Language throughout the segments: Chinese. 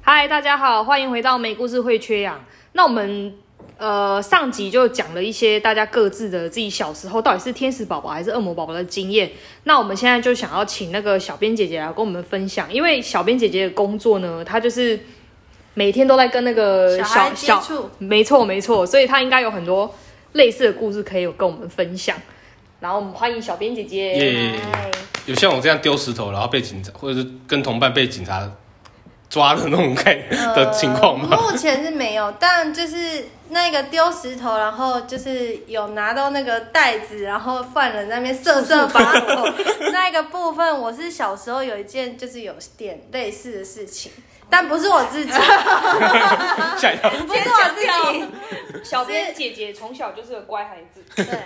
嗨，大家好，欢迎回到没故事会缺氧。那我们呃上集就讲了一些大家各自的自己小时候到底是天使宝宝还是恶魔宝宝的经验。那我们现在就想要请那个小编姐姐来跟我们分享，因为小编姐姐的工作呢，她就是每天都在跟那个小孩小接小触没错没错，所以她应该有很多类似的故事可以有跟我们分享。然后我们欢迎小编姐姐。耶、有像我这样丢石头，然后被警察或者是跟同伴被警察抓的那种概的情况吗？目前是没有，但就是那个丢石头，然后就是有拿到那个袋子，然后犯人在那边瑟瑟发 抖那个部分，我是小时候有一件就是有点类似的事情，但不是我自己，呃吓一跳，不是 我自己。小编姐姐从小就是个乖孩子。对，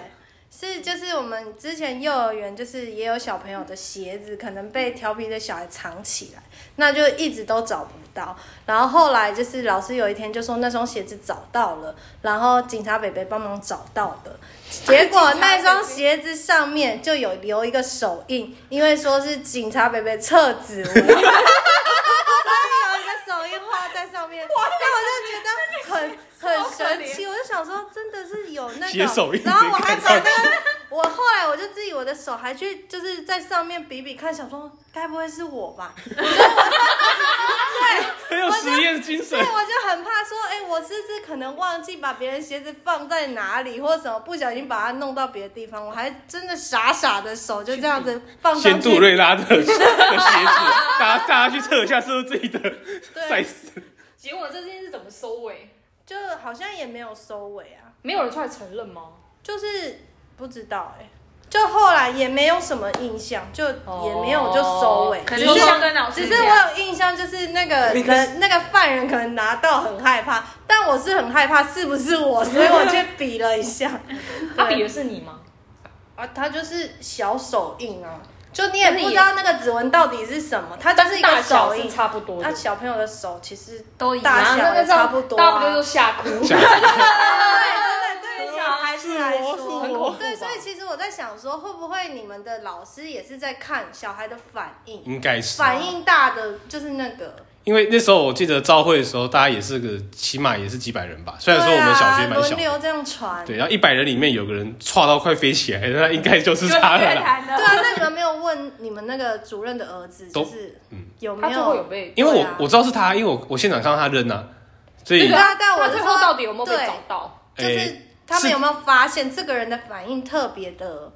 是就是我们之前幼儿园就是也有小朋友的鞋子可能被调皮的小孩藏起来，那就一直都找不到。然后后来就是老师有一天就说那双鞋子找到了，然后警察北北帮忙找到的，结果那双鞋子上面就有留一个手印，因为说是警察北北测指纹。有一个手印画在上面，那我就觉得很很神奇，我就想说真的是有那写个，手印然后我还直把接那看上个， 我后来我就自己我的手还去就是在上面比比看，想说该不会是我 吧？很有实验精神对，。我就很怕说，哎、我是不是可能忘记把别人鞋子放在哪里，或者什么不小心把它弄到别的地方？我还真的傻傻的手就这样子放上仙去，杜瑞拉的的鞋子，大家大家去测一下是不是自己的对 size。结果这件事怎么收尾？就好像也没有收尾啊。没有人出来承认吗？就是不知道哎、就后来也没有什么印象，就也没有就收尾，哦可只能是就像跟老师只一是样我有印象，就是那个你人那个犯人可能拿到很害怕，但我是很害怕是不是我，所以我去比了一下，他比的是你吗？啊，他就是小手印啊，就你也不知道那个指纹到底是什么，它就但一是个大手小是印。差不多那的。小朋友的手其实都一样大小也差不多、大啊，不多就吓哭。 吓对对对，小孩子来是说我是我对，所以其实我在想说，会不会你们的老师也是在看小孩的反应？应该是，反应大的就是那个，因为那时候我记得招会的时候，大家也是个起码也是几百人吧。虽对然啊，说我们小学蛮轮小的，流这样传，对，然后一百人里面有个人歘到快飞起来，那应该就是他了啦。坛 对啊，那你们没有问你们那个主任的儿子，都就是嗯有他没最后有有？被，因为我、对啊我知道是他，因为我我现场看到他扔啊，所以对啊啊，但我他是最说后到底有没有被对找到？就是诶他们哎是有没有发现这个人的反应特别的？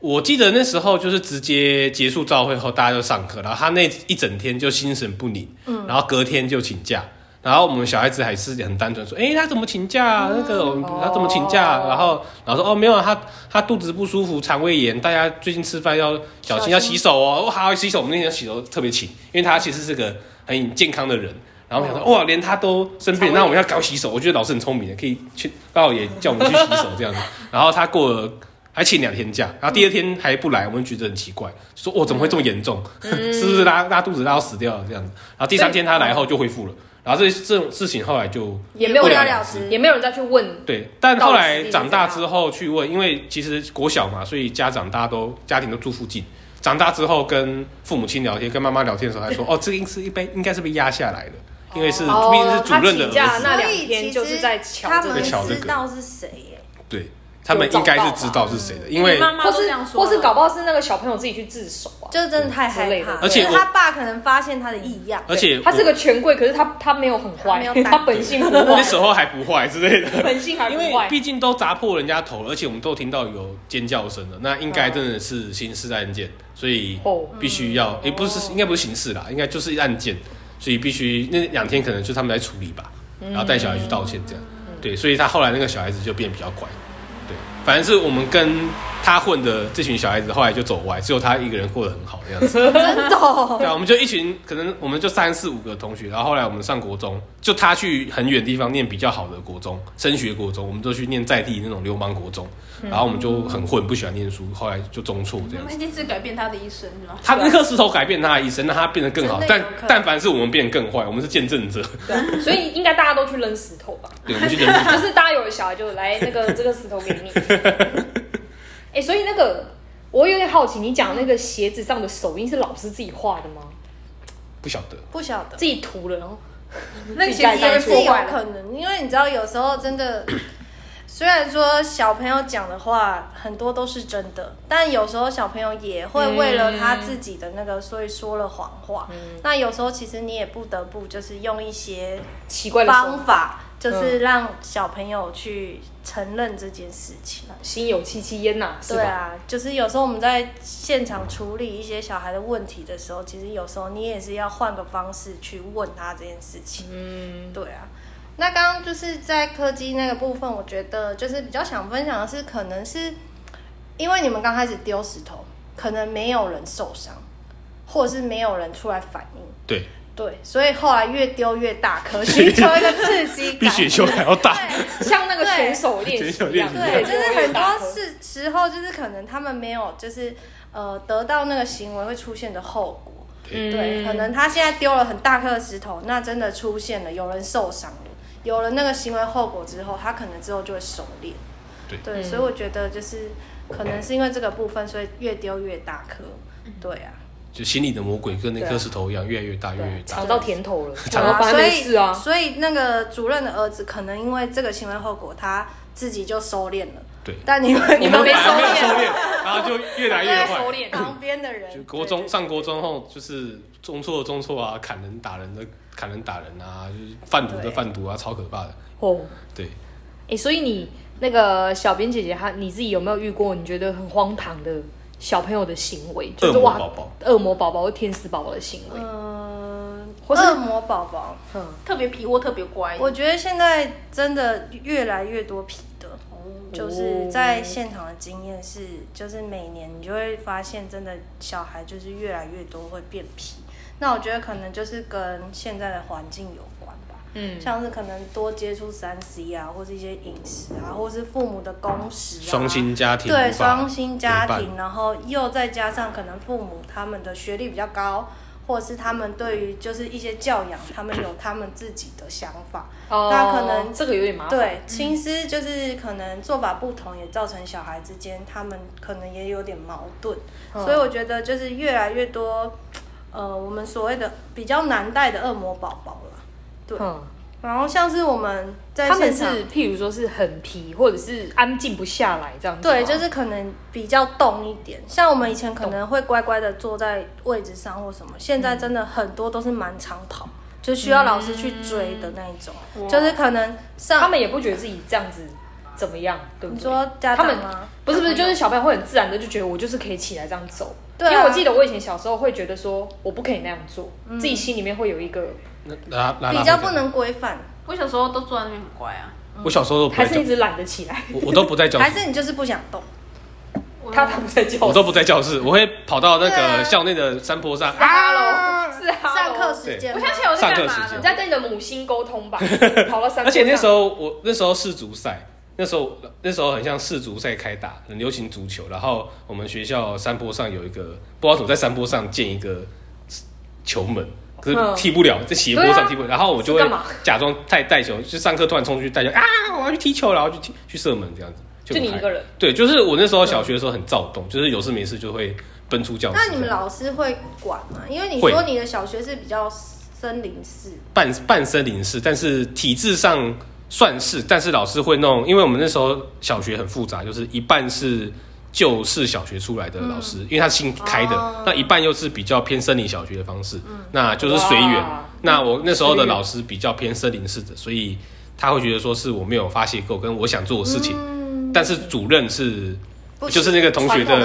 我记得那时候就是直接结束照会后，大家就上课，然后他那一整天就心神不宁，嗯，然后隔天就请假，然后我们小孩子还是很单纯说，诶，他怎么请假、啊？那个我们他怎么请假、啊哦然后然后说哦没有啊，他他肚子不舒服，肠胃炎，大家最近吃饭要小小心心要洗手哦，哦好洗手，我们那天洗手特别勤，因为他其实是个很健康的人。然后我想说，哇，连他都生病，那我们要搞洗手。我觉得老师很聪明的，可以去 刚好也叫我们去洗手这样子。然后他过了还请两天嗯假，然后第二天还不来，我们觉得很奇怪，说哦我怎么会这么严重？嗯 是不是拉拉肚子拉到死掉了这样子？然后第三天他来后就恢复了，然后这这种事情后来就也没有不人了不了了了之，也没有人再去问。对，但后来长到大底是之后去问，因为其实国小嘛，所以家长大家都家庭都住附近。长大之后跟父母亲聊天，跟妈妈聊天的时候，还说 哦，这个应是一般应该是被压下来的，因为是哦毕竟是主任的他请假儿子，啊那两天就是在瞧他这个们瞧这知个道是谁耶，对他们应该是知道是嗯谁的，因 为妈妈或都这是样说或了，是搞不好是那个小朋友自己去自首啊。就真的太之类害的怕了，而且就我是他爸可能发现他的异样，而且他是个我权贵，可是他他没有很他坏没有，胆他本性不那 坏，时候还不坏之类的，本性还不因为坏。毕竟都砸破人家头了，而且我们都听到有尖叫声了，那应该真的是刑事案件，所以哦必须要，也、不是应该不是刑事啦，应该就是案件，所以必须那两天可能就他们来处理吧，嗯然后带小孩去道歉这样，对，所以他后来那个小孩子就变比较乖，对，反正是我们跟他混的这群小孩子后来就走歪，只有他一个人过得很好的样子。 真的哦。对啊，我们就一群，可能我们就三四五个同学，然后后来我们上国中，就他去很远地方念比较好的国中，升学国中，我们都去念在地那种流氓国中，嗯然后我们就很混，不喜欢念书，后来就中辍这样那子。一定是改变他的一生了。他那颗石头改变他的一生，让他变得更好真，的有但可能但凡是我们变得更坏，我们是见证者，对，所以应该大家都去扔石头吧。对，我们去人 就是大家有了小孩就来那个这个石头给 你。哎、所以那个我有点好奇，你讲那个鞋子上的手印是老师自己画的吗？不晓得。不晓 得自己涂了，然后那个自己鞋盖子就会上也去是破有坏了。可能，因为你知道，有时候真的，虽然说小朋友讲的话很多都是真的，但有时候小朋友也会为了他自己的那个，所以说了谎话。那有时候其实你也不得不就是用一些奇怪的手方法，就是让小朋友去承认这件事情。啊心有戚戚焉呐、是对吧？啊，就是有时候我们在现场处理一些小孩的问题的时候，其实有时候你也是要换个方式去问他这件事情。嗯，对啊。那刚刚就是在科技那个部分，我觉得就是比较想分享的是，可能是因为你们刚开始丢石头，可能没有人受伤，或者是没有人出来反应。对， 对，所以后来越丢越大颗，寻求一个刺激 感。比雪球还要大。像那个选手练习一样，对，就是很打多球事时候，就是可能他们没有，就是呃，得到那个行为会出现的后果。对，可能他现在丢了很大颗的石头，那真的出现了有人受伤了，有了那个行为后果之后，他可能之后就会熟练。对嗯所以我觉得就是可能是因为这个部分，所以越丢越大颗。嗯对啊，就心里的魔鬼跟那对颗啊石头一样，越来越大，越来越大尝。到甜头了，对尝到啊发所生以事啊，所以那个主任的儿子可能因为这个行为后果，他自己就收敛了。对但你们你们没本来没有收收敛敛，然后就越来越收坏。敛旁边的人，就国中上国中后，就是中错的中错啊，砍人打人的砍人打人啊，就是贩毒的对贩毒啊，超可怕的。哦。对，哎、所以你那个小编姐姐她，你自己有没有遇过你觉得很荒唐的小朋友的行为？就是恶魔哇宝宝，恶魔宝宝或天使宝宝的行为，嗯，或是恶魔宝宝，嗯，特别皮窝，特别乖。我觉得现在真的越来越多皮的，就是在现场的经验是，就是每年你就会发现，真的小孩就是越来越多会变皮。那我觉得可能就是跟现在的环境有关吧，嗯像是可能多接触三 C 啊，或是一些饮食啊，或是父母的工时、啊，双薪家庭对无法双薪家陪庭，伴然后又再加上可能父母他们的学历比较高，或者是他们对于就是一些教养，他们有他们自己的想法。哦那可能这个有点麻烦，嗯对，亲师就是可能做法不同，也造成小孩之间他们可能也有点矛盾。嗯所以我觉得就是越来越多，呃，我们所谓的比较难带的恶魔宝宝了。对，嗯，然后像是我们在他们现是场。譬如说是很皮，或者是安静不下来这样子吗，对，就是可能比较动一点。像我们以前可能会乖乖的坐在位置上或什么，现嗯在真的很多都是满场跑，就需要老师去追的那一种。嗯就是可能上他们也不觉得自己这样子怎么样，对不你对？说家他长们吗？不是不是，就是小朋友会很自然的就觉得我就是可以起来这样走。对啊因为我记得我以前小时候会觉得说我不可以那样做，嗯自己心里面会有一个，那拉拉拉比较不。能规范，我小时候都坐在那边很乖啊。我小时候都不还在是教一，直懒得起来。我我都不在教还室，是你就是不想动？我他他不在教室，我都不在教室，我会跑到那对啊个校内的山坡上。哈喽，是哈喽上课时间我吗，想起来我在上干课嘛时了间你。在跟你的母星沟通 吧，跑到山坡上，而且那时候我那时候世足赛，那时候那时候很像世足赛开打，很流行足球。然后我们学校山坡上有一个，不知道怎么在山坡上建一个球门，可是嗯踢不了，在斜坡对上啊踢不了。然后我就会是干嘛假装带带球，就上课突然冲出去带球啊，我要去踢球，然后去踢去射门这样子。就你一个人？对，就是我那时候小学的时候很躁动，就是有事没事就会奔出教室。那你们老师会管吗？因为你会说你的小学是比较森林式，半半森林式，但是体制上算是，但是老师会弄，因为我们那时候小学很复杂，就是一半是旧式小学出来的老师，因为他新开的，嗯哦嗯那一半又是比较偏森林小学的方式，那就是随缘哇。那我那时候的老师比较偏森林式的，所以他会觉得说是我没有发泄够，跟我想做的事情，但是主任是嗯不就是那个同学的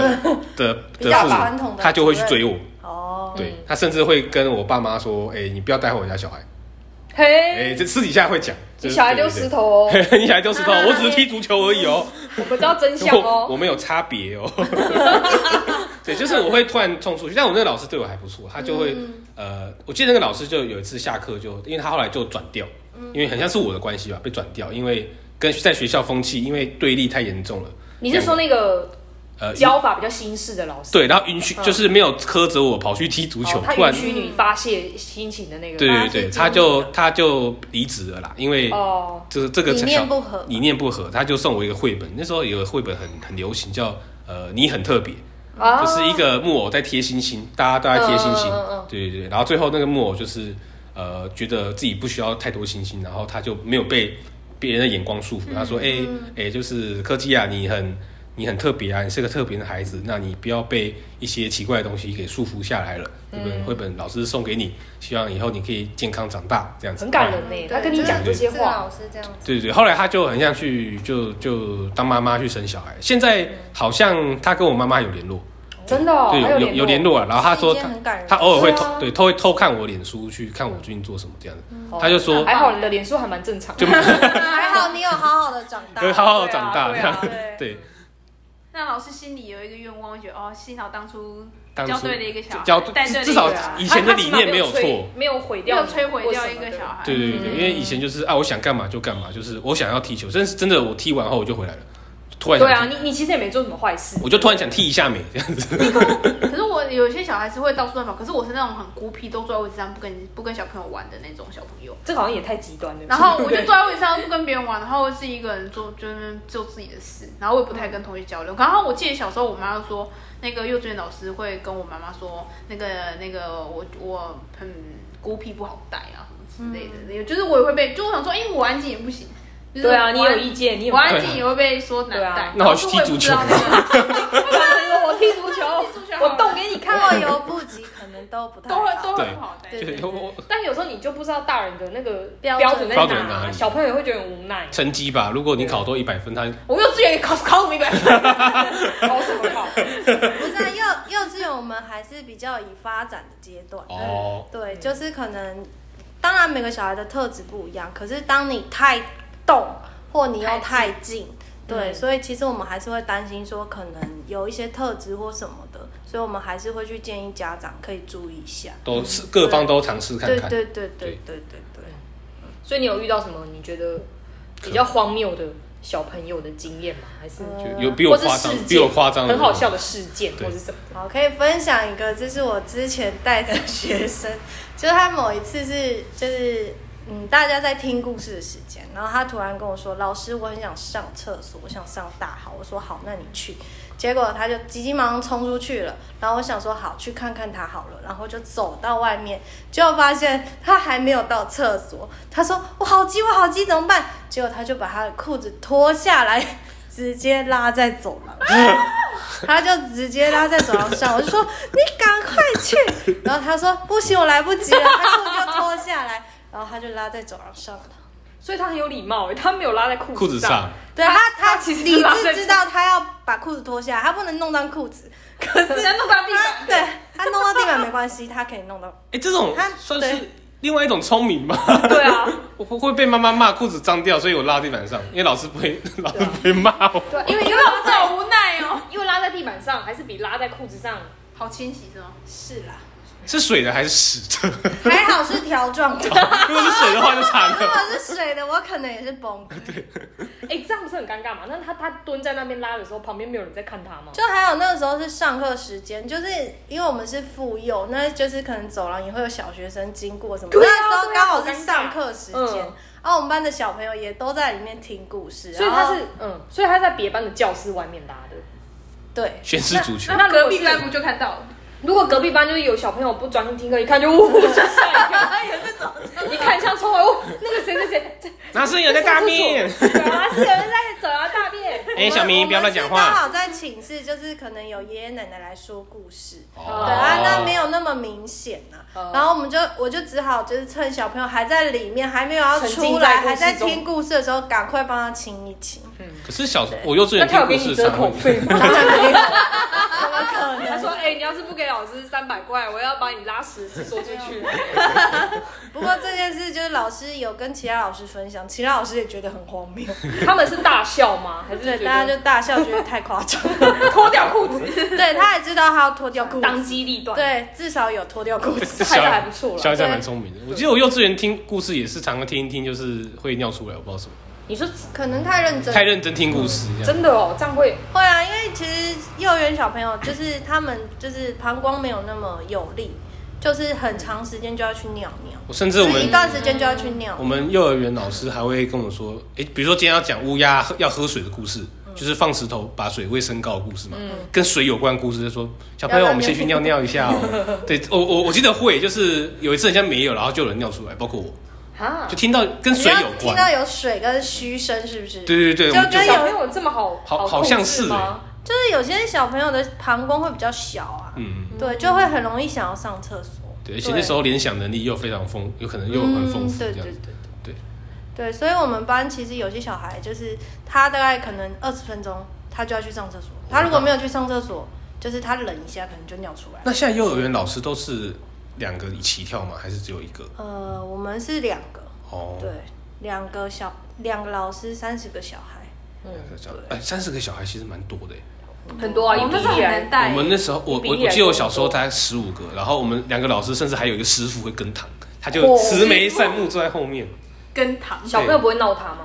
的 比的较父母传统，的他就会去主任追我，哦，对他甚至会跟我爸妈说，哎、你不要带回我家小孩。哎、嘿，这私底下会讲，你小孩丢石，头哦，对对对 你小孩丢石头，我只是踢足球而已哦，我不知道真相我 我哦。们有差别哦。 对，就是我会突然冲出去，但我那个老师对我还不错，他就会、嗯呃，我记得那个老师就有一次下课就，因为他后来就转掉，嗯因为很像是我的关系吧，被转掉，因为跟在学校风气因为对立太严重了。 你是说那个呃教法比较新式的老师？对，然后允许就是没有苛责我跑去踢足嗯球，哦，他突然允许你发泄心情的那个。对对他是对，这他样就他就离职了啦，因为哦，就是这个理念不合理念不合，他就送我一个绘本。那时候有个绘本很很流行，叫呃你很特别，啊就是一个木偶在贴星星，大家都在贴星星嗯嗯嗯嗯。对对对，然后最后那个木偶就是呃觉得自己不需要太多星星，然后他就没有被别人的眼光束缚。他说：“嗯哎、哎、就是科技啊，你很你很特别啊，你是个特别的孩子，那你不要被一些奇怪的东西给束缚下来了。这嗯本绘本老师送给你，希望以后你可以健康长大，这样子。”很感人呢、他跟你讲这些是话，老师这样子，对对，后来他就很像去就就当妈妈去生小孩，现在好像他跟我妈妈有联络，真的、哦、对，还有有有联，络啊。然后他说是一他件很感人的他哦偶尔会偷事啊对偷会偷看我脸书去看我最近做什么这样子，他就说还好你的脸书还蛮正常的，还好你有好好的长 大，就好好长大这对样啊对啊，对，那老师心里有一个愿望，会觉得哦，幸好当初当教初对了一个小孩，教带对了一个至少小孩以前的理念没有啊他起码错摧，没有毁没有掉你摧毁或掉什一么个的小孩。对对对对，因为以前就是啊，我想干嘛就干嘛，就是我想要踢球，真是真的我踢完后我就回来了，突然对想啊，踢，你你其实也没做什么坏事，我就突然想踢一下美这样子，可是我有些小孩是会到处乱跑，可是我是那种很孤僻，都坐在位置上不跟不跟小朋友玩的那种小朋友。这个好像也太极端了。然后我就坐在位置上不跟别人玩，然后自己一个人做，就是做自己的事，然后我也不太嗯跟同学交流。然后我记得小时候，我妈说，那个幼稚园老师会跟我妈妈说，那个那个我我很孤僻不好带啊什么之类的，也就是我也会被，就我想说，哎、我安静也不行。就嗯是对啊，你我安有意见，你有我安对啊静也会被说难对啊带。那我可是去踢也不足知球道那个 我踢足球我踢足球，好我了动给你看。哦 过犹不及，可能都不太都会好都会对不好带。对对 我但有时候你就不知道大人的那个标标准准在标准在哪哪，啊里。小朋友也会觉得很无奈成绩吧，如果你考多一百分，他我幼稚园也考考什么一百 分？考什么考？不是、啊、幼幼稚园，我们还是比较以发展的阶段。哦，对，就是可能，当然每个小孩的特质不一样，可是当你太动或你又太近，对，嗯所以其实我们还是会担心说可能有一些特质或什么的，所以我们还是会去建议家长可以注意一下。都是各方都尝试看对看，对对对对对对。所以你有遇到什么你觉得比较荒谬的小朋友的经验吗？还是就有比我或是夸张事，件比我夸张的很好那种笑的事件对或是什么？好，可以分享一个，这是我之前带的学生， 就是他某一次是就是嗯，大家在听故事的时间，然后他突然跟我说：“老师，我很想上厕所，我想上大号。”我说：“好，那你去。”结果他就急急忙忙冲出去了，然后我想说好去看看他好了，然后就走到外面，结果发现他还没有到厕所，他说我好急我好急怎么办？结果他就把他的裤子脱下来， 直接拉在走廊他就直接拉在走廊上，我就说你赶快去，然后他说不行，我来不及了，他裤子就脱下来，然后他就拉在走廊上了。所以他很有礼貌欸，他没有拉在裤裤子上上。，对他他，他他其实理拉在智知道他要把裤子脱下来，他不能弄脏裤子，可是只能弄到地他板。对他弄到地板没关系，他可以弄到。哎，这种他算对是另外一种聪明吧。 对啊，我会会被妈妈骂裤子脏掉，所以我拉地板上，因为老师不会，老师不会骂我。啊对啊，因为因你为老师好无奈哦。因为拉在地板上还是比拉在裤子上好清洗是吗？是啦，是水的还是屎的？ 还好是条状 的，如果是水的话就惨如了。果 是水的，我可能也是崩溃。哎、这样不是很尴尬吗？那他他蹲在那边拉的时候，旁边没有人在看他吗？就还有那个时候是上课时间，就是因为我们是妇幼，那就是可能走廊也会有小学生经过什么。对啊那时候刚好对啊是上课时好间，尴尬然嗯后我们班的小朋友也都在里面听故事，所以他然后是嗯，所以他在别班的教室外面拉的。对，全是足球 那，那如隔果壁班是不就看到了？ 如果隔壁班就是有小朋友不专心听课，一看就 呜就吓一跳，有这种，一看像冲来，哦，那个谁谁 谁在哪是啊有人在大便？对啊，是有人在走啊大 便。哎，小明不要乱讲我们是刚话。好在寝室，就是可能有爷爷奶奶来说故事。哦对啊，那没有那么明显呐、哦然后我们就我就只好就是趁小朋友还在里面，还没有要沉出浸来，在故事还在中听故事的时候，赶快帮他清一 清。 可是小我幼稚那园他听有给故你事折常口会，费 吗？怎么可 能他说：“哎、你要是不给老师三百块，我要把你拉屎说出去。不过这件事就是老师有跟其他老师分享，其他老师也觉得很荒 谬，”他们是大笑吗？还是对，觉得大家就大笑，觉得太夸张。脱掉裤子， 对，他也知道他要脱掉裤 当子，机立断？，对，至少有脱掉裤子。这孩子还不错小啦。孩子还蛮聪明的。我记得我幼稚园听故事也是常常听一听，就是会尿出来，我不知道什么。你说 可能太认真，太认真听故事这样。真的哦，这样会会啊，因为其实幼儿园小朋友就是他们就是膀胱没有那么有力，就是很长时间就要去尿尿，我甚至就我是一们段时间就要去尿我。们幼儿园老师还会跟我说，哎，比如说今天要讲乌鸦喝要喝水的故事，嗯就是放石头把水位升高的故事嘛，跟水有关的故事，就说小朋友，我们先去尿尿一下哦。对，我我我记得会，就是有一次人家没有，然后就有人尿出来，包括我，啊就，听到跟你水要有听到关。有水跟嘘声，是不是？对对对，我就们就跟小朋友这么好好控好像制是吗？就是有些小朋友的膀胱会比较小啊，嗯，对，就会很容易想要上厕所。对，而且那时候联想能力又非常丰，有可能又很丰嗯富这对对样对子。对对对，所以我们班其实有些小孩就是他大概可能二十分钟他就要去上厕所，他如果没有去上厕所，就是他忍一下可能就尿出来。那现在幼儿园老师都是两个起跳吗？还是只有一个？呃，我们是两个，哦，对，两个小两个老师三十个小孩，两个小，哎，三十个小孩其实蛮多的耶。欸很多啊，我一们那比时候一很来难带，我们那时候，我比我例我来记得我说小时候大概十五个，然后我们两个老师，甚至还有一个师傅会跟堂，哦他就慈眉善目坐在后面。跟糖，小朋友不会闹他吗？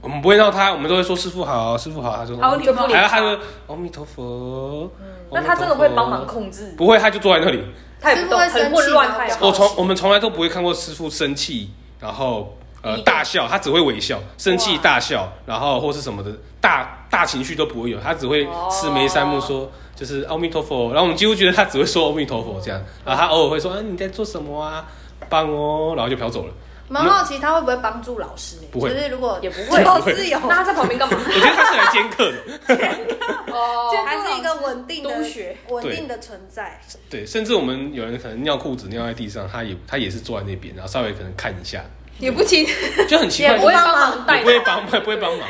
我们不会闹他，我们都会说师傅好，师傅好。他说，哦哦好礼貌还有他就阿弥陀佛。嗯那他真的会帮忙？控制，不会，他就坐在那里。他也不懂，是不是会很混乱，生气他吗也我不从我们从来都不会看过师傅生气，然后呃大笑，他只会微笑，生气哇大笑，然后或是什么的大大情绪都不会有，他只会哦慈眉善目说。就是阿弥陀佛，然后我们几乎觉得他只会说阿弥陀佛这样，然后他偶尔会说，啊你在做什么啊，棒哦，然后就飘走了。蛮好奇他会不会帮助老师、欸不会就是如果也不会老师有，那他在旁边干 嘛？我觉得他是来兼课的，哦还是一个稳定的督学稳定的存在。对，甚至我们有人可能尿裤子尿在地上，他也他也是坐在那边，然后稍微可能看一下，也不行，就很奇也怪，不会帮忙带不会帮忙，不会帮忙，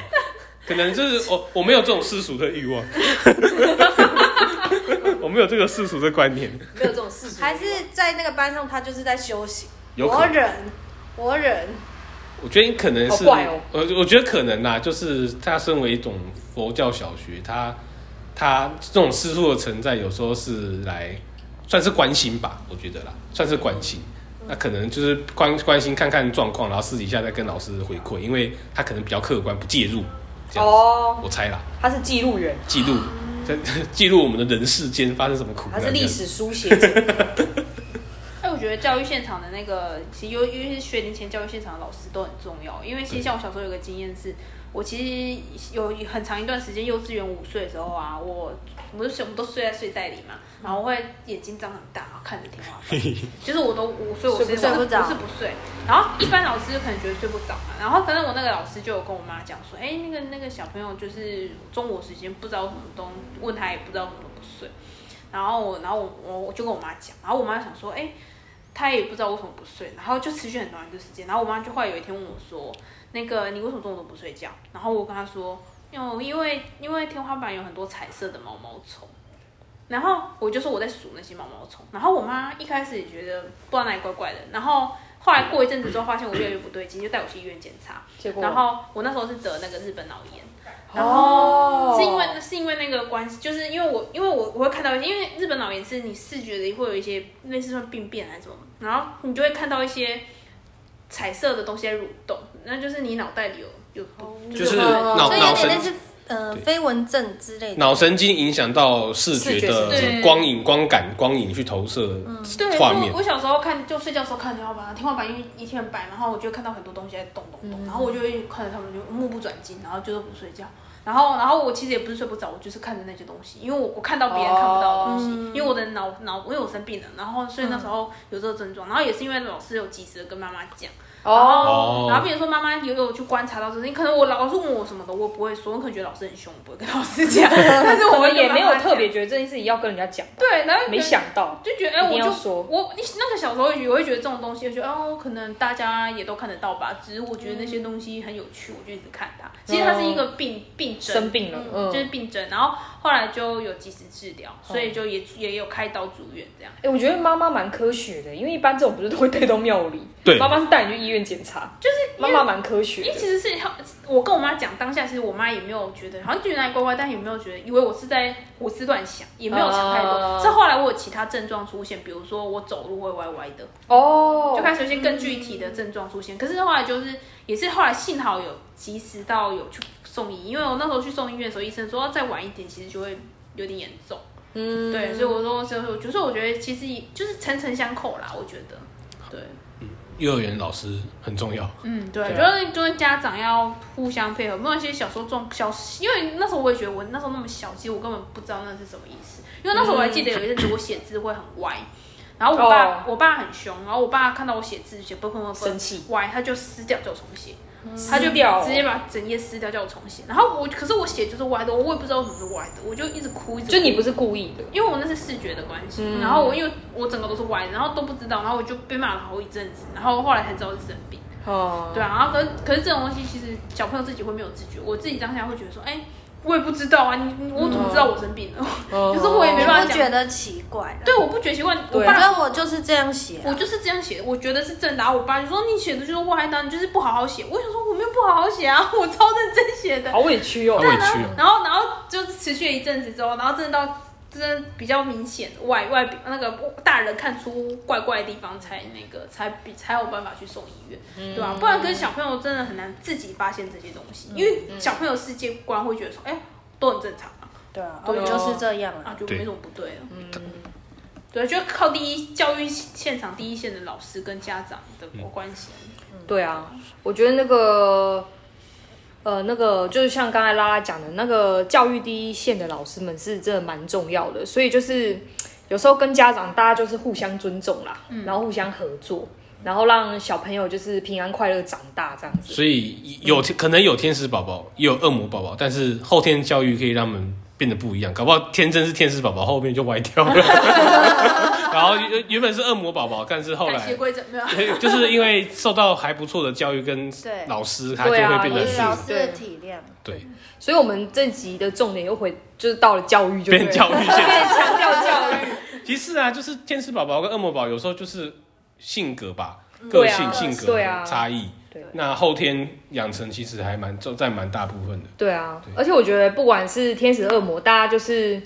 可能就是我我没有这种世俗的 欲望，我没有这个世俗的观念，没有这种事情，还是在那个班上，他就是在修行。有可我能忍，我忍，我觉得可能是，好怪哦我我觉得可能啦，就是他身为一种佛教小学，他他这种师傅的存在，有时候是来算是关心吧，我觉得啦，算是关心。嗯那可能就是关关心看看状况，然后私底下再跟老师回馈，因为他可能比较客观，不介入。这样子哦我猜啦。他是记录员，记录，在 记录我们的人世间发生什么苦他啊难。是历史书写者，哎，我觉得教育现场的那个，其实尤尤其是学龄前教育现场的老师都很重要，因为其实像我小时候有个经验是，我其实有很长一段时间，幼稚园五岁的时候啊，我我们我们都睡在睡袋里嘛，嗯然后我会眼睛张很大，然后看着天花板， 就是我都五岁，我睡不睡不着我是不睡，然后一般老师可能觉得睡不着嘛，然后反正我那个老师就有跟我妈讲说，哎、那个那个小朋友就是中午时间不知道什么东，问他也不知道什么不睡。然后我，然后我我我就跟我妈讲，然后我妈想说，哎、她也不知道为什么不睡，然后就持续很长一段时间。然后我妈就后来有一天问我说，那个你为什么中午都不睡觉？然后我跟她说，因为因为因为天花板有很多彩色的毛毛虫。然后我就说我在数那些毛毛虫，然后我妈一开始也觉得不知道哪里怪怪的，然后后来过一阵子之后发现我越来越不对劲，就带我去医院检查，结果然后我那时候是得那个日本脑炎，然哦后是因为是因为那个关系，就是因为我因为我我会看到一些，因为日本脑炎是你视觉的会有一些类似像病变还是什么，然后你就会看到一些彩色的东西在蠕动，那就是你脑袋里有有就是脑脑所以有脑点类神似呃对飞蚊症之类的。脑神经影响到视觉视觉的对光影、光感、光影去投射对，画面就。我小时候看，就睡觉的时候看天花板，天花板因为一天很白，然后我就看到很多东西在动动动，然后我就会看着他们就目不转睛，然后就是不睡觉。然后，然后我其实也不是睡不着，我就是看着那些东西，因为我我看到别人看不到的东西，哦因为我的脑脑因为我生病了，然后所以那时候有这个症状，然后也是因为老师有及时的跟妈妈讲，哦 哦然后比如说妈妈也有去观察到这个事情，可能我老师问我什么的，我不会说，我可能觉得老师很凶，我不会跟老师讲， 但是我我会们跟也没有妈妈讲特别觉得这件事情要跟人家 讲，对，然后没想到，就觉得哎、一定要我就说我你那个小时候也会觉得这种东西，就觉得哦，可能大家也都看得到吧。只是我觉得那些东西很有趣，我就一直看它。其实它是一个病病症，嗯生病了，嗯，就是病症，然后后来就有及时治疗，所以就也也有开刀住院这样。哎、我觉得妈妈蛮科学的，因为一般这种不是都会带到庙里，对妈妈是带你去医院检查，就是因妈为妈蛮科学因为的，其实是我跟我妈讲当下，其实我妈也没有觉得，好像觉得哪里怪怪，但也没有觉得，以为我是在胡思乱想，也没有想太啊多。是后来我有其他症状出现，比如说我走路会歪歪的，哦，就开始有一些更具体的症状出现。可是后来就是，也是后来幸好有及时到有去送医，因为我那时候去送医院的时候，医生说再晚一点，其实就会有点严重。嗯，对，所以我说，所以我就是我觉得其实也就是层层相扣啦，我觉得。对，幼儿园老师很重要。嗯，对，对就啊是就是家长要互相配合。不然其实小时候状小，因为那时候我也觉得我那时候那么小，其实我根本不知道那是什么意思。因为那时候我还记得有一阵子我写字会很歪，然后我爸、哦我爸很凶，然后我爸看到我写字写不不不生气歪，他就撕掉叫我重写，撕他就掉哦直接把整页撕掉叫我重写。然后我可是我写就是歪的，我也不知道为什么是歪的，我就一直哭一直哭就你不是故意的，因为我那是视觉的关系，嗯然后我因为我整个都是歪的，然后都不知道，然后我就被骂了好一阵子，然后后来才知道是生病。哦，对啊，然后可是可是这种东西其实小朋友自己会没有自觉，我自己当下会觉得说，哎、我也不知道啊，你你我怎么知道我生病了？哦，可是我也没办法你不觉得奇怪的？对，我不觉得习惯，我对反爸。正我就是这样写啊、我就是这样写，我觉得是正的、啊。我爸就说你写的就是歪的啊，你就是不好好写。我想说我没有不好好写啊，我超认真写的好。委屈哦好。委屈哦。然后，然后就是持续了一阵子之后，然后真的到真的比较明显外外那个大人看出怪怪的地方才那个才比才有办法去送医院，对吧、不然跟小朋友真的很难自己发现这些东西，因为小朋友世界观会觉得说，哎、都很正常啊，对啊，对我哦就是这样啊。啊就对没什么不对了。嗯，对，就靠第一教育现场第一线的老师跟家长的关系。对啊，我觉得那个，呃，那个就是像刚才拉拉讲的那个教育第一线的老师们是真的蛮重要的，所以就是有时候跟家长大家就是互相尊重啦，嗯然后互相合作，然后让小朋友就是平安快乐长大这样子。所以有可能有天使宝宝，也有恶魔宝宝，但是后天教育可以让他们变得不一样。搞不好天真是天使宝宝，后面就歪掉了。然后原原本是恶魔宝宝，但是后感谢来规则 没有啊， 就是因为受到还不错的教育跟对老师，他就对啊会变我得是是老师的体谅，对所以我们这集的重点又回就是到了教育就对了，变教育现变强调教育。其实啊，就是天使宝宝跟恶魔宝有时候就是性格吧，个对啊性、性格对啊差异。对那后天养成其实还蛮重，占蛮大部分的。 对啊，对而且我觉得不管是天使恶魔，大家就是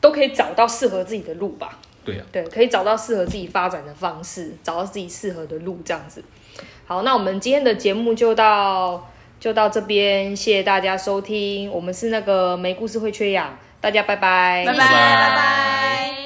都可以找到适合自己的路吧。对啊，对，可以找到适合自己发展的方式，找到自己适合的路，这样子。好，那我们今天的节目就到就到这边，谢谢大家收听，我们是那个没故事会缺氧，大家拜拜，拜拜拜拜拜。